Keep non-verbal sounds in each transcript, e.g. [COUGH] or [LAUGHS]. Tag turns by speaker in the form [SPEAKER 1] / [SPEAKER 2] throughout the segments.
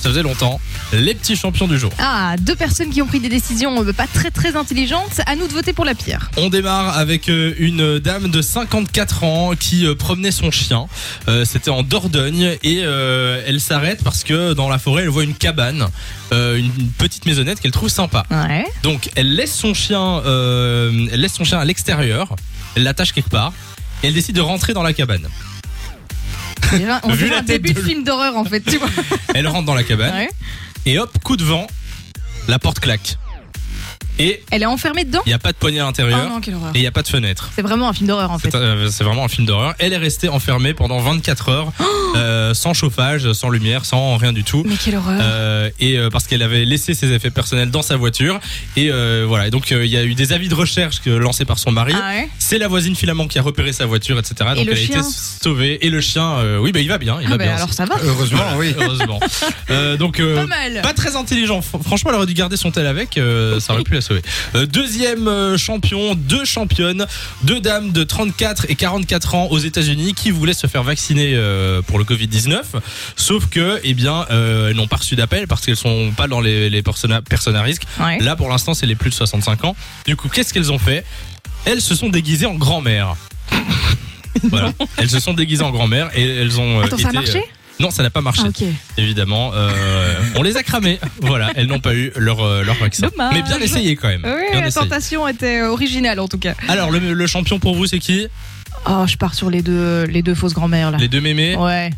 [SPEAKER 1] Ça faisait longtemps. Les petits champions du jour.
[SPEAKER 2] Ah, deux personnes qui ont pris des décisions euh, pas très très intelligentes. À nous de voter pour la pire.
[SPEAKER 1] On démarre avec euh, une dame de 54 ans qui euh, promenait son chien. Euh, C'était en Dordogne et euh, elle s'arrête parce que dans la forêt, elle voit une cabane, euh, une une petite maisonnette qu'elle trouve sympa.
[SPEAKER 2] Ouais.
[SPEAKER 1] Donc elle laisse son chien, euh, elle laisse son chien à l'extérieur, elle l'attache quelque part et elle décide de rentrer dans la cabane.
[SPEAKER 2] On dirait on
[SPEAKER 1] Vu
[SPEAKER 2] dirait
[SPEAKER 1] la
[SPEAKER 2] un
[SPEAKER 1] tête
[SPEAKER 2] début
[SPEAKER 1] de
[SPEAKER 2] de film d'horreur en fait, tu vois.
[SPEAKER 1] Elle rentre dans la cabane
[SPEAKER 2] [LAUGHS] Ouais.
[SPEAKER 1] et hop, coup de vent, la porte claque. Et
[SPEAKER 2] Elle est enfermée dedans
[SPEAKER 1] il n'y a pas de poignée à
[SPEAKER 2] Oh
[SPEAKER 1] l'intérieur
[SPEAKER 2] non, quelle horreur.
[SPEAKER 1] et il n'y a pas de fenêtre.
[SPEAKER 2] C'est vraiment un film d'horreur en fait.
[SPEAKER 1] C'est euh, c'est vraiment un film d'horreur. Elle est restée enfermée pendant 24
[SPEAKER 2] [GASPS]
[SPEAKER 1] heures, euh, sans chauffage, sans lumière, sans rien du tout.
[SPEAKER 2] Mais oh. quelle horreur.
[SPEAKER 1] Euh, et euh, parce qu'elle avait laissé ses effets personnels dans sa voiture. Et euh, voilà, Et donc euh, il y a eu des avis de recherche que, lancés par son mari.
[SPEAKER 2] Ah ouais
[SPEAKER 1] C'est la voisine finalement qui a repéré sa voiture, etc. Donc
[SPEAKER 2] Et le
[SPEAKER 1] elle a été
[SPEAKER 2] chien
[SPEAKER 1] sauvée. Et le chien, euh, oui, bah, il va bien. Il
[SPEAKER 2] Ah
[SPEAKER 1] va
[SPEAKER 2] bah
[SPEAKER 1] bien.
[SPEAKER 2] alors ça va.
[SPEAKER 3] Heureusement, oui.
[SPEAKER 1] [LAUGHS] Heureusement. Euh, donc, euh,
[SPEAKER 2] Pas mal.
[SPEAKER 1] pas très intelligent. Fr- Franchement, elle aurait dû garder son tel avec. euh, ça aurait pu la sauver. Euh, deuxième euh, champion, deux championnes, deux dames de 34 et 44 ans aux États-Unis qui voulaient se faire vacciner euh, pour le Covid-19. Sauf que, eh bien, euh, elles n'ont pas reçu d'appel parce qu'elles sont pas dans les, les persona- personnes à risque.
[SPEAKER 2] Ouais.
[SPEAKER 1] Là, pour l'instant, c'est les plus de 65 ans. Du coup, qu'est-ce qu'elles ont fait Elles se sont déguisées en
[SPEAKER 2] [LAUGHS]
[SPEAKER 1] grand-mère. voilà. Elles se sont déguisées en grand-mère et elles ont. euh,
[SPEAKER 2] Attends, ça a
[SPEAKER 1] été,
[SPEAKER 2] marché
[SPEAKER 1] euh, Non, ça n'a pas marché
[SPEAKER 2] Ah ok.
[SPEAKER 1] évidemment. euh, on les a cramés. Voilà, elles n'ont pas eu leur, euh, leur vaccin.
[SPEAKER 2] Dommage.
[SPEAKER 1] Mais bien essayé quand même.
[SPEAKER 2] Oui,
[SPEAKER 1] Bien
[SPEAKER 2] la
[SPEAKER 1] essayé.
[SPEAKER 2] tentation était originale en tout cas.
[SPEAKER 1] Alors, le, le champion pour vous, c'est qui
[SPEAKER 2] Oh, je pars sur les deux, les deux fausses grand-mères là.
[SPEAKER 1] Les deux mémés
[SPEAKER 2] Ouais.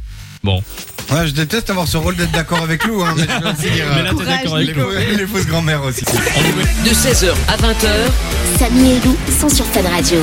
[SPEAKER 3] Ouais, je déteste avoir ce rôle d'être d'accord avec Lou. Hein, mais je dois aussi dire,
[SPEAKER 1] [LAUGHS] Mais là,
[SPEAKER 3] euh,
[SPEAKER 1] t'es d'accord avec
[SPEAKER 3] les,
[SPEAKER 1] nous.
[SPEAKER 3] fausses- les fausses grand-mères aussi.
[SPEAKER 1] On y va.
[SPEAKER 4] De 16h à 20h,
[SPEAKER 5] Samy et Lou sont sur Fun Radio.